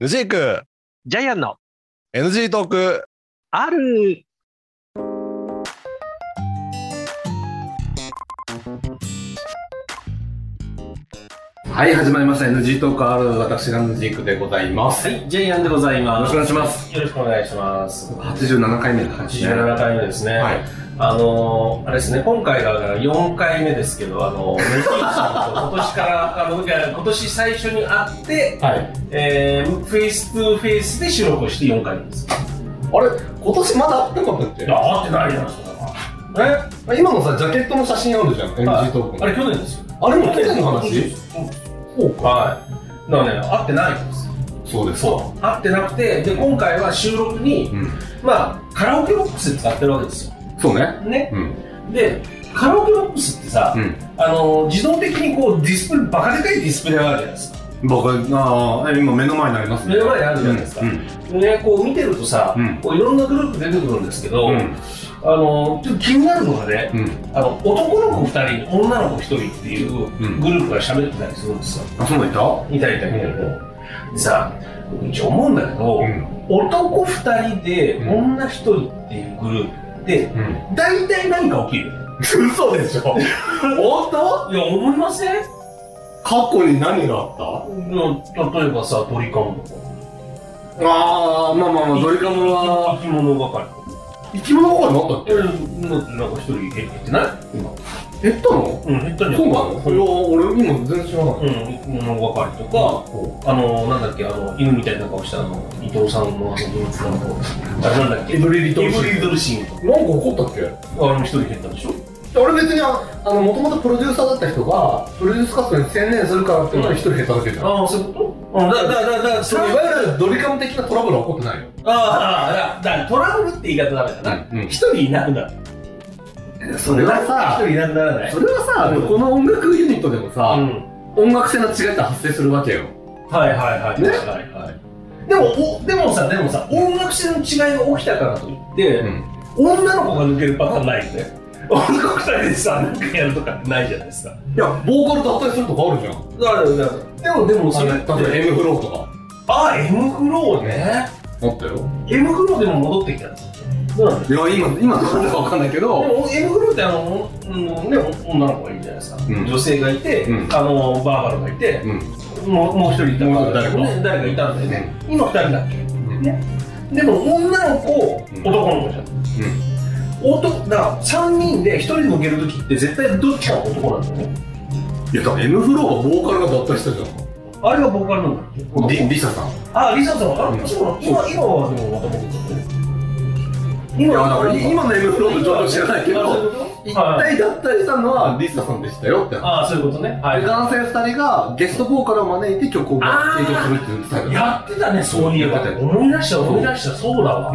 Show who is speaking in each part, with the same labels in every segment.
Speaker 1: ヌジーク
Speaker 2: ジャイアンの
Speaker 1: NG トーク
Speaker 2: ある
Speaker 3: はい、始まりました。NG トーク R 私がヌジークでございます。
Speaker 4: はい、ジェイアンでござい
Speaker 3: よろ
Speaker 4: ま
Speaker 3: しくお願い
Speaker 4: す。よ
Speaker 3: します。
Speaker 4: ろしくお願いします。
Speaker 3: 87回目の話ね。
Speaker 4: 87回目ですね。
Speaker 3: はい。
Speaker 4: あのーあれですね、今回が4回目ですけど、あ のー、メキシコと今年から、あの、今年最初に会って、
Speaker 3: はい。
Speaker 4: えー、フェイス2フェイスで収録をして4回目です。
Speaker 3: あれ、今年まだ会ってなかったっけ
Speaker 4: や、会ってないじゃないですか。
Speaker 3: 今のさ、ジャケットの写真あるじゃん、NG トーク
Speaker 4: え
Speaker 3: の。
Speaker 4: あれ去年ですよ。
Speaker 3: あれも去年の話
Speaker 4: そうか。はい。だからね、会ってないんですよ。
Speaker 3: そうです。
Speaker 4: そう。会ってなくて、で、今回は収録に、
Speaker 3: うん。
Speaker 4: まあ、カラオケボックスで使ってるわけですよ。
Speaker 3: そうね。
Speaker 4: ね。
Speaker 3: うん。
Speaker 4: で、カラオケボックスってさ、
Speaker 3: うん。
Speaker 4: あの自動的にこうディスプレイバカでかいディスプレイがあるじゃないですか
Speaker 3: 僕、ああ、今目の前にありますね。
Speaker 4: 目の前にあるじゃないですか
Speaker 3: うん。
Speaker 4: ねこう見てるとさ、
Speaker 3: うん
Speaker 4: こういろんなグループ出てくるんですけど、
Speaker 3: うん。
Speaker 4: あのちょっと気になるのがね
Speaker 3: うん。
Speaker 4: あの男の子2人女の子1人っていう
Speaker 3: うん
Speaker 4: グループが喋ってたりするんですよ
Speaker 3: あ、そうなんいた
Speaker 4: いたいたいたいた、でさ僕一応思うんだけど、
Speaker 3: うん。
Speaker 4: 男2人で
Speaker 3: うん
Speaker 4: 女1人っていうグループで
Speaker 3: うん。
Speaker 4: 大体何か起きる
Speaker 3: 嘘でしょ本当
Speaker 4: いや思いません
Speaker 3: 過去に何があっ
Speaker 4: うん例えばさ鳥かごとか
Speaker 3: たああ、まあまあまあ、ドリカムは、
Speaker 4: 生き物係
Speaker 3: 生き物係になったっ
Speaker 4: えなんか一人減ってない今。
Speaker 3: け減ったの
Speaker 4: うん、減ったんじゃ
Speaker 3: そう
Speaker 4: ない
Speaker 3: なのいや、俺今全然知らない。
Speaker 4: うん、物ばかりとか、あの、なんだっけ、あの、犬みたいな顔したあの、伊藤さんのあの、動物のあの、あれなんだっけ、
Speaker 3: エブリリトルシーン
Speaker 4: エブリリトルシーンと
Speaker 3: なんか怒ったっけ
Speaker 4: か。あの、一人減ったでしょ
Speaker 3: 俺別にああのもともとプロデューサーだった人がプロデュース活動に専念するからってことで一人減っただけじゃん、
Speaker 4: ああ、そういうことうん、だ、だ、だ、だ、
Speaker 3: それいわゆるドリカム的なトラブルは起こってないよ
Speaker 4: ああ、だ、だ、トラブルって言い方ダメだな。
Speaker 3: うんうん
Speaker 4: 一人いなくなる。
Speaker 3: それはさ
Speaker 4: 一人いなくならない。
Speaker 3: それはさ、
Speaker 4: うん
Speaker 3: この音楽ユニットでも
Speaker 4: う
Speaker 3: さ、
Speaker 4: ん。
Speaker 3: 音楽性の違いって発生するわけよ
Speaker 4: はいはいはい、
Speaker 3: ね
Speaker 4: はいはい。でも、お、でもさ、でもさ、音楽性の違いが起きたからといって、
Speaker 3: ん
Speaker 4: 女の子が抜けるパターンないよね 女の子二人でさなんかやるとかないじゃないですか
Speaker 3: いやボーカルと発生するとかあるじゃん
Speaker 4: だからだからでもでもそれって
Speaker 3: 例えば M フローとか
Speaker 4: ああ M フローね
Speaker 3: あったよ
Speaker 4: M フローでも戻ってきたんですよなんで
Speaker 3: いや今今どうなのかわかんないけ
Speaker 4: で
Speaker 3: ど
Speaker 4: も M フローってあの、うんね、女の子がいるじゃないですか、
Speaker 3: うん
Speaker 4: 女性がいて、
Speaker 3: うん
Speaker 4: あのバーバラがいて
Speaker 3: う、ん
Speaker 4: もうもう一人いた
Speaker 3: もう一人誰か
Speaker 4: ね、誰かいたんだよね、今二人だっけ
Speaker 3: うん
Speaker 4: ねでも女の子、
Speaker 3: うん
Speaker 4: 男の子じゃん男だから3人で1人抜けるときって絶対どっちかが男なんだよね
Speaker 3: いやだから M フローはボーカルが脱退したじゃん
Speaker 4: あれがボーカルなんだっけ
Speaker 3: リリサさん
Speaker 4: あ、リサさん、あ
Speaker 3: うん
Speaker 4: れ、そうなの今、今はでもまた戻ってきたね今
Speaker 3: いやだから今の M フローとちょっと知らないけど
Speaker 4: あそういうこ
Speaker 3: 一
Speaker 4: とは
Speaker 3: 体
Speaker 4: い
Speaker 3: 脱退したのはリサさんでしたよって話
Speaker 4: あ、そういうことね。はい。
Speaker 3: 男性2人がゲストボーカルを招いて曲を提供するっていうスタイル
Speaker 4: やってたね、そういえば。
Speaker 3: やってた
Speaker 4: 思い出した、思い出した、そうだわ。
Speaker 3: う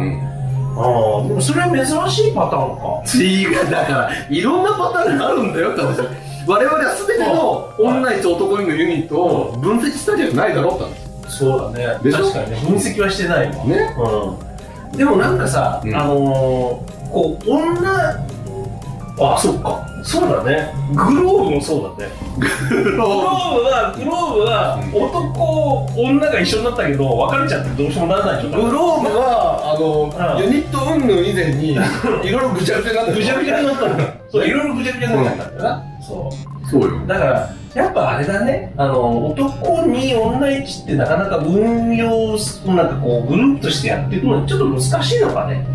Speaker 3: ん
Speaker 4: ああ、でもそれは珍しいパターンか。
Speaker 3: 違うだからいろんなパターンがあるんだよって話我々は全ての女一男二のユニットを分析したりじゃないだろうって話
Speaker 4: そうだね。
Speaker 3: でしょ
Speaker 4: 確かにね、分析はしてないわ。
Speaker 3: ね
Speaker 4: うん。でもなんかさ、
Speaker 3: うん
Speaker 4: あのー、こう、女、あ、そっか。そうだね。グローブもそうだね。グローブは、グローブは
Speaker 3: うん
Speaker 4: 男、女が一緒になったけど、別れちゃってどうしようもならないでしょ。
Speaker 3: グローブはあの
Speaker 4: う
Speaker 3: ユニット云々以前 にいろいろぐちゃぐちゃになって
Speaker 4: ぐちゃぐちゃになったんだ。そう、いろいろぐちゃぐちゃになったんだよな。そ
Speaker 3: そうよ
Speaker 4: う。だから、やっぱあれだね、あの、男に女一ってなかなか運用す、なんかこう、グループとしてやっていくのはちょっと難しいのかね。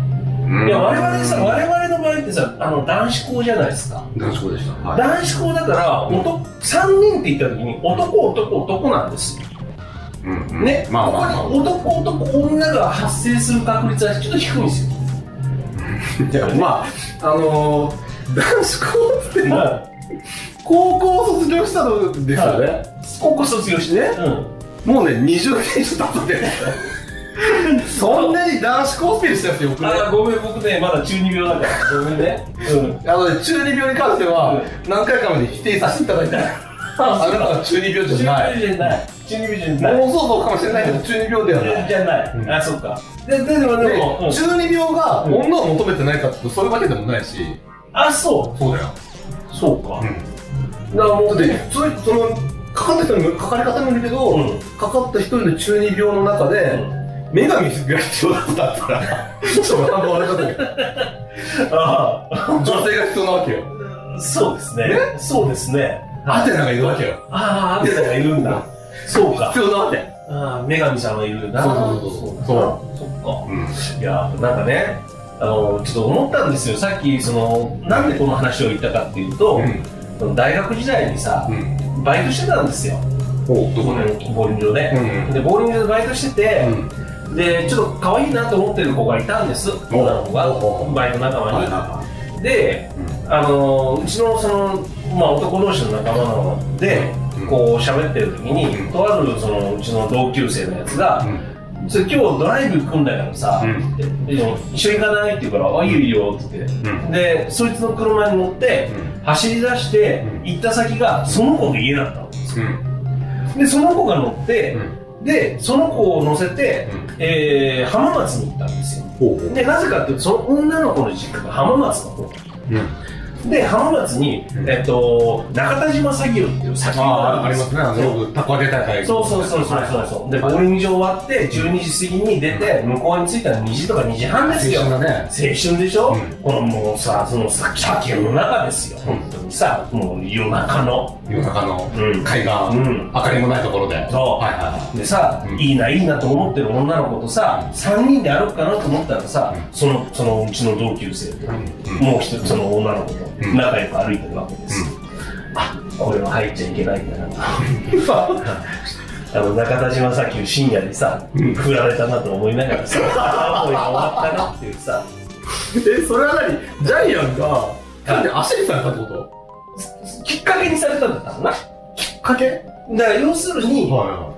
Speaker 4: いや、我々さ、我々の場合ってさ、あの、男子校じゃないですか。
Speaker 3: 男子校でしたはい
Speaker 4: 男子校だから、男、3人って言った時に、男、男、男なんですよ。ね、
Speaker 3: まあまあまあ
Speaker 4: ここに男男女が発生する確率はちょっと低いんですよ。
Speaker 3: いやまああのー、男子校っつっても高校卒業したのですよね、
Speaker 4: 高校卒業してね。うん。
Speaker 3: もうね20年以上経っててそんなに男子校スピールしたやつよくない
Speaker 4: あ、ごめん、僕ね、まだ中二病だから。ごめんね。うん。
Speaker 3: あのね中二病に関しては何回かまで否定させていただいたあなたは中二病
Speaker 4: 中
Speaker 3: じ
Speaker 4: 二
Speaker 3: ゃない
Speaker 4: 病じゃない。中二病じゃない。
Speaker 3: 妄想像かもしれないけど中二病ではない
Speaker 4: じゃない。
Speaker 3: うん
Speaker 4: あ、そっか。で、ででも、で
Speaker 3: で
Speaker 4: も、うん
Speaker 3: 中二病が女を求めてないかっていうとそれだけでもないし
Speaker 4: あ、そ
Speaker 3: そうだよ、
Speaker 4: う。そうか。
Speaker 3: う
Speaker 4: だからも
Speaker 3: ん、だっ
Speaker 4: う、
Speaker 3: てそれそのかかった人にもかかり方にもよるけど、
Speaker 4: うん
Speaker 3: かかった一人の中二病の中で、女神が必要だったらちょっとまた笑っちゃったけ
Speaker 4: あ
Speaker 3: ど女性が必要なわけよ
Speaker 4: あ、そうですね。そうですね。
Speaker 3: アテナがいるわけよ
Speaker 4: ああ、アテナがいる んだ。そうか。
Speaker 3: 必要なわけ
Speaker 4: ああ、女神さんはいるな。
Speaker 3: そうそうそうそう
Speaker 4: そうだな。そっ
Speaker 3: うん
Speaker 4: か。いや、なんかね、あの、ちょっと思ったんですよ。さっき、その、なんでこの話を言ったかっていうと、その大学時代にさ、
Speaker 3: うん
Speaker 4: バイトしてたんですよ。
Speaker 3: ほうどこで
Speaker 4: ボーリング場で。
Speaker 3: ん
Speaker 4: で、ボーリング場でバイトしてて、で、ちょっと可愛いなと思ってる子がいたんです。女の子が
Speaker 3: お、
Speaker 4: バイト仲間に。
Speaker 3: は
Speaker 4: で、あのうちのその、まあ、男同士の仲間なので、
Speaker 3: うん
Speaker 4: こう喋ってる時に、
Speaker 3: うん
Speaker 4: とあるそのうちの同級生のやつが
Speaker 3: い
Speaker 4: 「それ今日ドライブ行くんだけどさ、
Speaker 3: うん
Speaker 4: ででも一緒に行かない?」って言うから「あいいよいいよ」って言って
Speaker 3: うんうん
Speaker 4: でそいつの車に乗って走り出して
Speaker 3: うん
Speaker 4: 行った先がその子の家だったの
Speaker 3: うん
Speaker 4: でその子が乗って
Speaker 3: う、ん
Speaker 4: でその子を乗せて、えー浜松に行ったんですよ
Speaker 3: ほうほう
Speaker 4: でなぜかっていうとその女の子の実家が浜松の方
Speaker 3: うん
Speaker 4: で浜松に、
Speaker 3: うん
Speaker 4: えっと、中田島詐欺路っていう詐欺
Speaker 3: ああありますねあの
Speaker 4: そう
Speaker 3: よくたこ揚げ大会
Speaker 4: そうそうそうそうそうそうでボーリング場終わって12時過ぎに出て向こうに着いたら2時とか2時半ですよ
Speaker 3: 青
Speaker 4: 青
Speaker 3: 春だね
Speaker 4: 春でしょ、
Speaker 3: うん
Speaker 4: このもうさそのさ酒の中ですよ本当にさもう夜中の
Speaker 3: 夜中の
Speaker 4: うん
Speaker 3: 海岸
Speaker 4: うん
Speaker 3: 明かりもないところで
Speaker 4: そう
Speaker 3: はいは
Speaker 4: でさ、
Speaker 3: うん
Speaker 4: いいないいなと思ってる女の子とさ3人で歩くかなと思ったらさ、
Speaker 3: う
Speaker 4: そのそのうちの同級生と、
Speaker 3: いはいうん
Speaker 4: もう一つその女の子と
Speaker 3: うん
Speaker 4: 仲良く歩いてるわけです、よあこれは入っちゃいけない んだなあの中田島さっき深夜にさ、
Speaker 3: うん
Speaker 4: 振られたなと思いなが らさ、ああ、もう今終わったなっていうさ、
Speaker 3: えそれは何ジャイアンがなんで焦りされたってこと
Speaker 4: きっかけにされたんだったのな。だか
Speaker 3: かけ
Speaker 4: ら要するに、
Speaker 3: は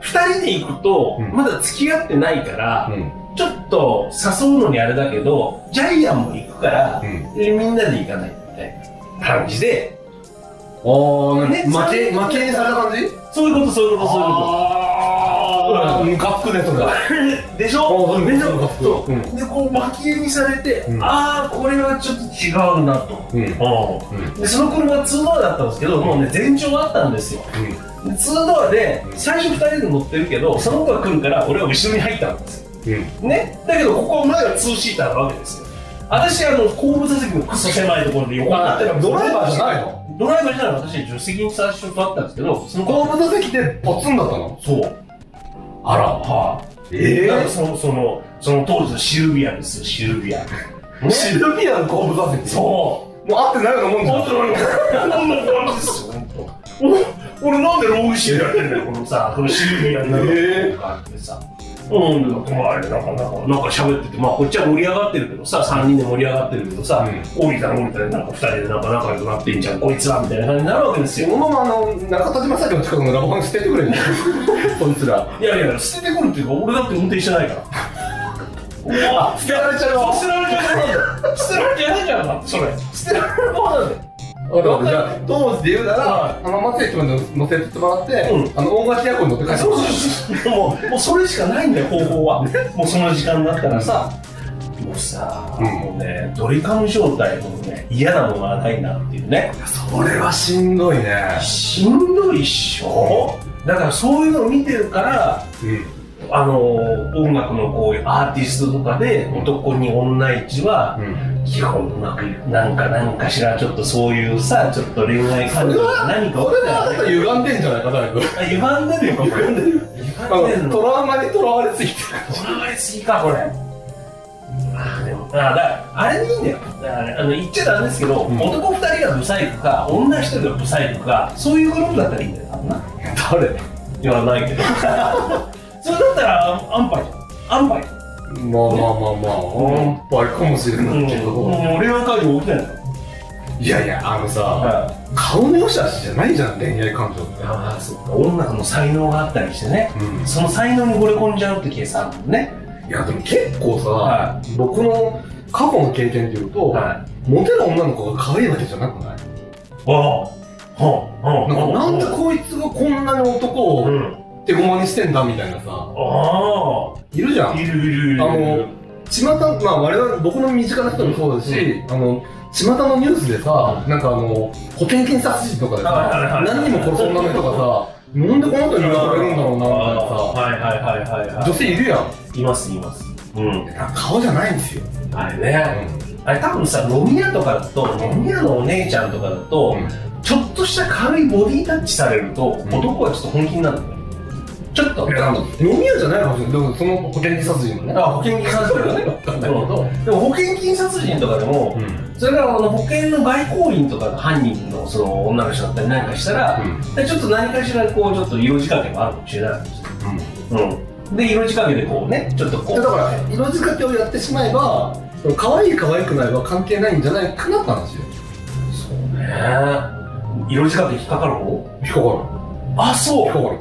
Speaker 4: 二人で行くと
Speaker 3: う、ん
Speaker 4: まだ付き合ってないから、
Speaker 3: うん
Speaker 4: ちょっと誘うのにあれだけど、ジャイアンも行くから、
Speaker 3: うん
Speaker 4: えみんなで行かないみたいな感じで、
Speaker 3: ああ、
Speaker 4: ね
Speaker 3: 負け負けにされた感じ
Speaker 4: そういうこと、そういうこと、そういうこ
Speaker 3: ああ、ムカップねとか
Speaker 4: と。 でしょめちゃ
Speaker 3: ムカ
Speaker 4: くちゃ。
Speaker 3: ップうん
Speaker 4: で、こう、巻き絵にされて、
Speaker 3: うん
Speaker 4: ああ、これはちょっと違うなと。
Speaker 3: うん
Speaker 4: うん
Speaker 3: うん
Speaker 4: でその車は2ドアだったんですけど、もうね、全長あったんですよ。で2ドアで、最初2人で乗ってるけど、その子が来るから、俺は後ろに入ったんですよ。
Speaker 3: うん
Speaker 4: ね、だけど、ここ前が2シーターなわけですよ。私、あの、後部座席のクソ狭いところで横になってたんですよ
Speaker 3: ドライバーじゃないの
Speaker 4: ドライバーじゃない私、助手席に最初座ったんですけど、その子
Speaker 3: 後
Speaker 4: は、
Speaker 3: 部座席でポツンだったの
Speaker 4: そう。
Speaker 3: あら
Speaker 4: はい、
Speaker 3: え
Speaker 4: だからその、その、その当時のシルビアですよ、シルビア。
Speaker 3: えシルビアの後部座席
Speaker 4: そう。
Speaker 3: もう合ってないようなもんじゃ
Speaker 4: 本
Speaker 3: ん
Speaker 4: 当にこんな感じですよ、本当。俺、なんでローグシーやってんだよ、このさ、このシルビアになるとかってさ。うん、なんか、あれ、なんか、なんか、なんか喋ってて、まあ、こっちは盛り上がってるけどさ、3人で盛り上がってるけどさ、降りたら降りたら、なんか2人でなんか仲良くなってんじゃん、こいつは、みたいな感じになるわけですよ。
Speaker 3: このままあの中田島さっきの近くのラボン捨ててく れんじゃんこいつら
Speaker 4: いやいや、捨ててくるっていうか、俺だって運転してないから。うわ
Speaker 3: 捨てられちゃうよ
Speaker 4: 捨てられちゃう方なんだよ。捨てられちゃうじゃんか、それ。捨てられる方なんだよ。
Speaker 3: わかるじゃあ当時で言うな
Speaker 4: は
Speaker 3: ら浜松駅まで乗せてもらって
Speaker 4: う
Speaker 3: あの大垣役に乗って帰って
Speaker 4: そう
Speaker 3: も
Speaker 4: そうそうもうもうそれしかないんだよ方法はもうその時間だったらさもうさ、
Speaker 3: うん
Speaker 4: もうねドリカム状態もね嫌なものはないなっていうね
Speaker 3: それはしんどいね
Speaker 4: しんどいっしょだからそういうのを見てるから
Speaker 3: うん
Speaker 4: あの音楽のこういうアーティストとかで男に女一は
Speaker 3: うん
Speaker 4: 基本うまくいくなんかなんかしらちょっとそういうさちょっと恋愛感情が何か
Speaker 3: それはあなた
Speaker 4: あ
Speaker 3: 歪んでんじゃないかだいぶ
Speaker 4: 歪んでるよ歪んでるよ歪んでるの
Speaker 3: トラウマにとらわれすぎて
Speaker 4: とらわれすぎかこれああでもあだからあれでいいんだよだからあの言っちゃダメですけど、
Speaker 3: ん
Speaker 4: 男2人がブサイクか女1人がブサイクかそういうグループだったらいいんだよ多分な
Speaker 3: 誰
Speaker 4: 言わない けどそれだったら安牌じゃん安牌
Speaker 3: まあまあまあまあ本杯かもしれ
Speaker 4: うん
Speaker 3: ないけ
Speaker 4: もう
Speaker 3: ど
Speaker 4: 俺は彼に起きないの
Speaker 3: いやいやあのさ
Speaker 4: あ
Speaker 3: 顔の良し悪しじゃないじゃん恋愛感情って
Speaker 4: あそうか音楽の才能があったりしてね
Speaker 3: うん
Speaker 4: その才能に惚れ込んじゃうってケースあるもんね
Speaker 3: いやでも結構さ、
Speaker 4: は
Speaker 3: 僕の過去の経験でいうと、
Speaker 4: はい
Speaker 3: モテる女の子が可愛いわけじゃなくない
Speaker 4: おおほうほう
Speaker 3: なんかなんで
Speaker 4: う
Speaker 3: こいつがこんなに男
Speaker 4: う
Speaker 3: を
Speaker 4: ん
Speaker 3: 手駒にしてんだみたいなさ
Speaker 4: あ
Speaker 3: いるじゃ
Speaker 4: あ
Speaker 3: ん
Speaker 4: いるいるいるいる
Speaker 3: あの巷まあ我々僕の身近な人もそうだし、あの巷のニュースでさ、なんかあの、保険金殺人とかで
Speaker 4: はいはいは
Speaker 3: さ
Speaker 4: い、
Speaker 3: 何人も殺す女の人がさ、なんでこの人に言われるんだろうな、みたいなさ、
Speaker 4: はいはいはいはいは
Speaker 3: 女性いるやん。
Speaker 4: いいますいますうん
Speaker 3: 顔じゃないんですよ。
Speaker 4: あれねあれ多分さ飲み屋とかだと飲み屋のお姉ちゃんとかだと、
Speaker 3: うん
Speaker 4: ちょっとした軽いボディタッチされると、
Speaker 3: ん
Speaker 4: 男はちょっと本気になるんだよちょっと
Speaker 3: いや、なんか飲み屋じゃないかもしれない。でも、その保険金殺人もね。
Speaker 4: あ保険金殺人だ ね
Speaker 3: なるほど
Speaker 4: でも保険金殺人とかでも、
Speaker 3: うん。
Speaker 4: それからあの保険の外交員とかが犯人のその女の人だったりなんかしたら、でちょっと何かしらこうちょっと色仕掛けもあるかもしれないですうんで色仕掛けでこうねちょっとこう
Speaker 3: だから、色仕掛けをやってしまえば、その可愛い可愛くないは関係ないんじゃないかなって話よ。
Speaker 4: そうね色仕掛け引っかかる方
Speaker 3: 引っかか
Speaker 4: あ
Speaker 3: る。
Speaker 4: そう
Speaker 3: 引っかかる。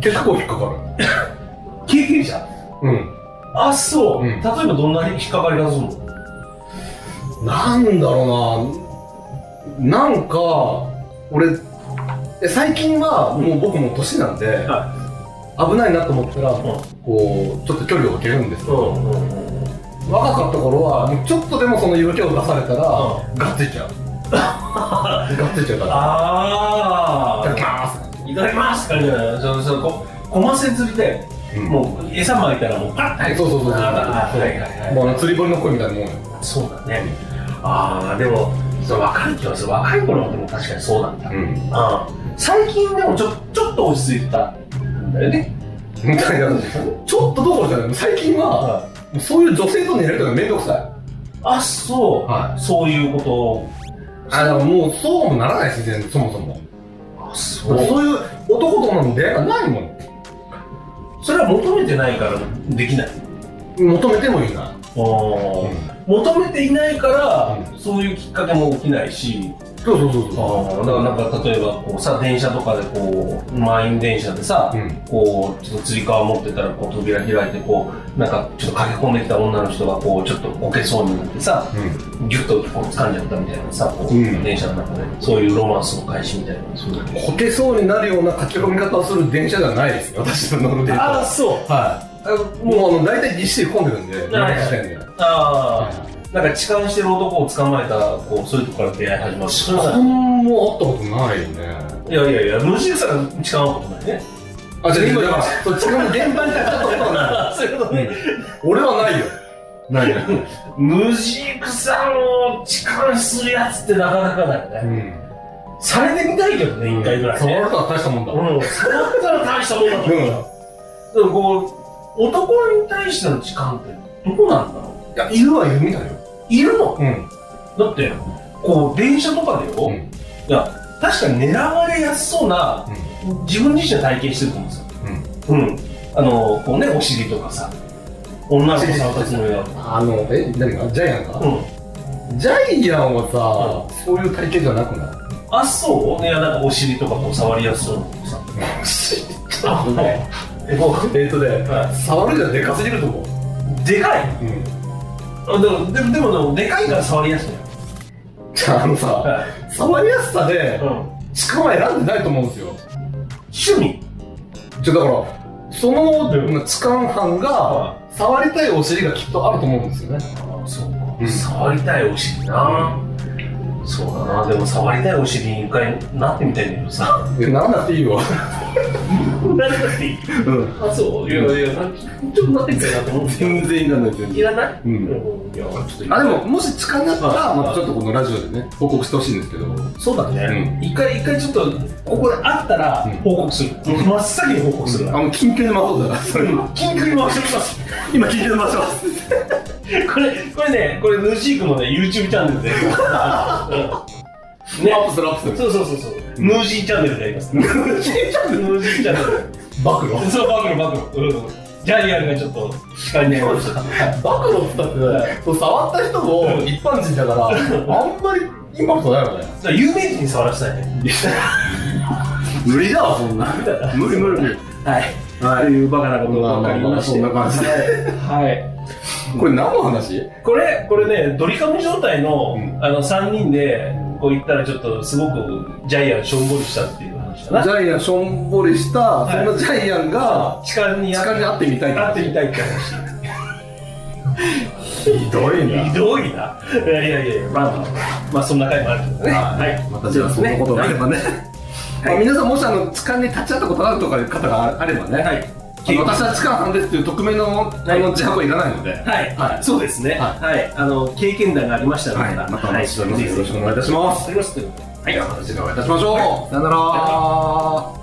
Speaker 3: 結構引っかか
Speaker 4: 経験者
Speaker 3: る。うん。
Speaker 4: あそう、
Speaker 3: うん
Speaker 4: 例えばどんな引っかかりがするの
Speaker 3: なんだろうななんか、俺、え最近はもう僕も年なんで、危ないなと思ったら、こう、ちょっと距離を置けるんですよ。
Speaker 4: うんうんうんうん
Speaker 3: 若かった頃は、もうちょっとでもその色気を出されたら、
Speaker 4: う
Speaker 3: がっついち ゃう。がっついちゃうから。
Speaker 4: あ
Speaker 3: いただき
Speaker 4: あ
Speaker 3: ます。
Speaker 4: いただきますからねそうそうここませ釣りで
Speaker 3: うん
Speaker 4: もう餌まいたらもうパッ
Speaker 3: はいそうそうそうそう
Speaker 4: あーはいはいはい
Speaker 3: もうあの釣り堀の声みたいなもんよ。
Speaker 4: そうだねああでもそれ若い気はする若い頃はでも確かにそうなんだ
Speaker 3: うん。
Speaker 4: あー最近でもちょちょっと落ち着いたんだよね
Speaker 3: みたいな。ちょっとどころじゃない。最近は、
Speaker 4: あ
Speaker 3: もうそういう女性と寝るとかめんどくさい。
Speaker 4: あそう、
Speaker 3: は
Speaker 4: そういうことを
Speaker 3: あ、でももうそうもならないし、全然、そもそも。
Speaker 4: あそ
Speaker 3: そういう男との出会いがないもん。
Speaker 4: それは求めてないからできない
Speaker 3: 求めてもいいな。う
Speaker 4: お
Speaker 3: ん
Speaker 4: 求めていないから、
Speaker 3: う
Speaker 4: そういうきっかけも起きないし
Speaker 3: そうそうそう
Speaker 4: だからなんか例えばこうさ電車とかでこう満員電車でさ、
Speaker 3: う。うん。
Speaker 4: こうちょっとつり革持ってたらこう扉開いてこうなんかちょっと駆け込んできた女の人がこうちょっとこけそうになってさギュッとこう掴んじゃったみたいなさこう、
Speaker 3: うん
Speaker 4: 電車の中でそういうロマンスの開始みたいなそういうの
Speaker 3: こけそうになるような書き込み方をする電車じゃないですよ、私の乗る電車は。
Speaker 4: そう
Speaker 3: はい。もうあの、大体ぎっしり混んでるんで、
Speaker 4: はい
Speaker 3: みんなしてんで
Speaker 4: あ
Speaker 3: はい
Speaker 4: あなんか痴漢してる男を捕まえたこうそういうとこから出会い始まる
Speaker 3: そんもあったことないね。
Speaker 4: いやいやいや、無印さんが痴漢はことないね。
Speaker 3: あ、じゃあ今だから、そっちの現場に立ったことない。
Speaker 4: そういうことね。
Speaker 3: 俺はないよ。ないよ。
Speaker 4: 無印さんを痴漢するやつってなかなかだよ
Speaker 3: う
Speaker 4: ね。
Speaker 3: ん。
Speaker 4: されてみたいけどね、一回ぐらい
Speaker 3: それ
Speaker 4: ね。
Speaker 3: とは大したもんだ。
Speaker 4: うん、それだったら大したもんだと思う。
Speaker 3: うん
Speaker 4: でもこう、男に対しての痴漢ってどこなんだろ
Speaker 3: いや、いるはいるみたいよ。
Speaker 4: ういるの
Speaker 3: うん。
Speaker 4: だって、こう、電車とかでよ、
Speaker 3: う
Speaker 4: い
Speaker 3: ん。
Speaker 4: や、確かに狙われやすそうな、自分自身の体験してると思うんですよ。うん。あの、こうね、お尻とかさ、女の子さ、二つのよ
Speaker 3: あの、え、何がジャイアン
Speaker 4: う
Speaker 3: か
Speaker 4: ん。
Speaker 3: ジャイアンはさ、そういう体型じゃなくな
Speaker 4: あそういやなんかお尻とかこう触りやすそうなのさ
Speaker 3: い
Speaker 4: あねえもう
Speaker 3: えっとね、
Speaker 4: は
Speaker 3: 触るじゃでかすぎると思う。
Speaker 4: でかい
Speaker 3: うん。
Speaker 4: あでもでもでもでもでかいから触りやすいのよ
Speaker 3: じゃあ、あのさ、
Speaker 4: はい、
Speaker 3: 触りやすさで
Speaker 4: うん、、
Speaker 3: しかも選んでないと思うんですよ。
Speaker 4: 趣味
Speaker 3: じゃあだから、その痴漢犯が
Speaker 4: は、
Speaker 3: 触りたいお尻がきっとあると思うんですよね。
Speaker 4: あそうか、
Speaker 3: うん
Speaker 4: 触りたいお尻な、そうだなでも触りたいお尻に一回なってみたいんだけどさ
Speaker 3: いやならなくていいよ。
Speaker 4: ならなくていい
Speaker 3: うん。
Speaker 4: あそういやいやなんかちょっとなってみたいなと思って
Speaker 3: 然いらない、全
Speaker 4: いらない、
Speaker 3: うん
Speaker 4: いやちょっといい
Speaker 3: あでももし痴漢だったら、
Speaker 4: はい
Speaker 3: まあ、ちょっとこのラジオでね報告してほしいんですけど
Speaker 4: そうだね、一回一回ちょっとここで会ったら
Speaker 3: うん
Speaker 4: 報告する、真っ先に報告する、
Speaker 3: あの緊急の魔法だなそれ
Speaker 4: 緊急に回しておきます
Speaker 3: 今緊急の魔法です
Speaker 4: これこれねこれヌーシークのね YouTube チャンネルでうんね
Speaker 3: アップするアップする
Speaker 4: そうそうそうそうヌーシーチャンネルでやりますヌーシーチャンネルヌーシーチャンネ
Speaker 3: 暴露
Speaker 4: ルそう暴露暴露うんジャイアンがちょっと鹿に
Speaker 3: そうう暴露ってだってそう触った人も一般人だからあんまりインパクトないよね
Speaker 4: 有名人に触らせたいね
Speaker 3: 無理だわそんな無理無理無理
Speaker 4: はい
Speaker 3: は
Speaker 4: というバカなこと
Speaker 3: まあ
Speaker 4: ば
Speaker 3: ま
Speaker 4: か
Speaker 3: あ
Speaker 4: り
Speaker 3: ま
Speaker 4: ま
Speaker 3: あ
Speaker 4: し
Speaker 3: そ
Speaker 4: て
Speaker 3: んな感じで
Speaker 4: はい
Speaker 3: これ何の話
Speaker 4: これこれねドリカム状態の,、
Speaker 3: うん
Speaker 4: あの3人でこう言ったらちょっとすごくジャイアンしょんぼりしたっていう話かな
Speaker 3: ジャイアンしょんぼりしたそんなジャイアンが
Speaker 4: 痴漢に
Speaker 3: 痴
Speaker 4: や
Speaker 3: 漢に会ってみたい
Speaker 4: 会ってみ
Speaker 3: い
Speaker 4: たいって話
Speaker 3: ひどい
Speaker 4: ひどいな。いやいやいや、まあまあ、まあそんな回もあるけどね。はい。
Speaker 3: またじゃあそんなことがあればね、まあ、皆さんもしあの痴漢に立ち会ったことがあるとかいう方があればね、
Speaker 4: は
Speaker 3: あ
Speaker 4: い。
Speaker 3: の私は痴漢犯ですっていう匿名のあの自白はいらないので、
Speaker 4: はい、
Speaker 3: はい
Speaker 4: そうですね。
Speaker 3: は
Speaker 4: はい、あの経験談がありましたので、
Speaker 3: はいまたお待ちしておりますよろしくお願いいたします
Speaker 4: お願いします。
Speaker 3: はい、では私がお会いいたしましょう、さよなら